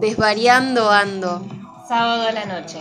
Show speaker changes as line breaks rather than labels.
Desvariando ando.
Sábado a la noche.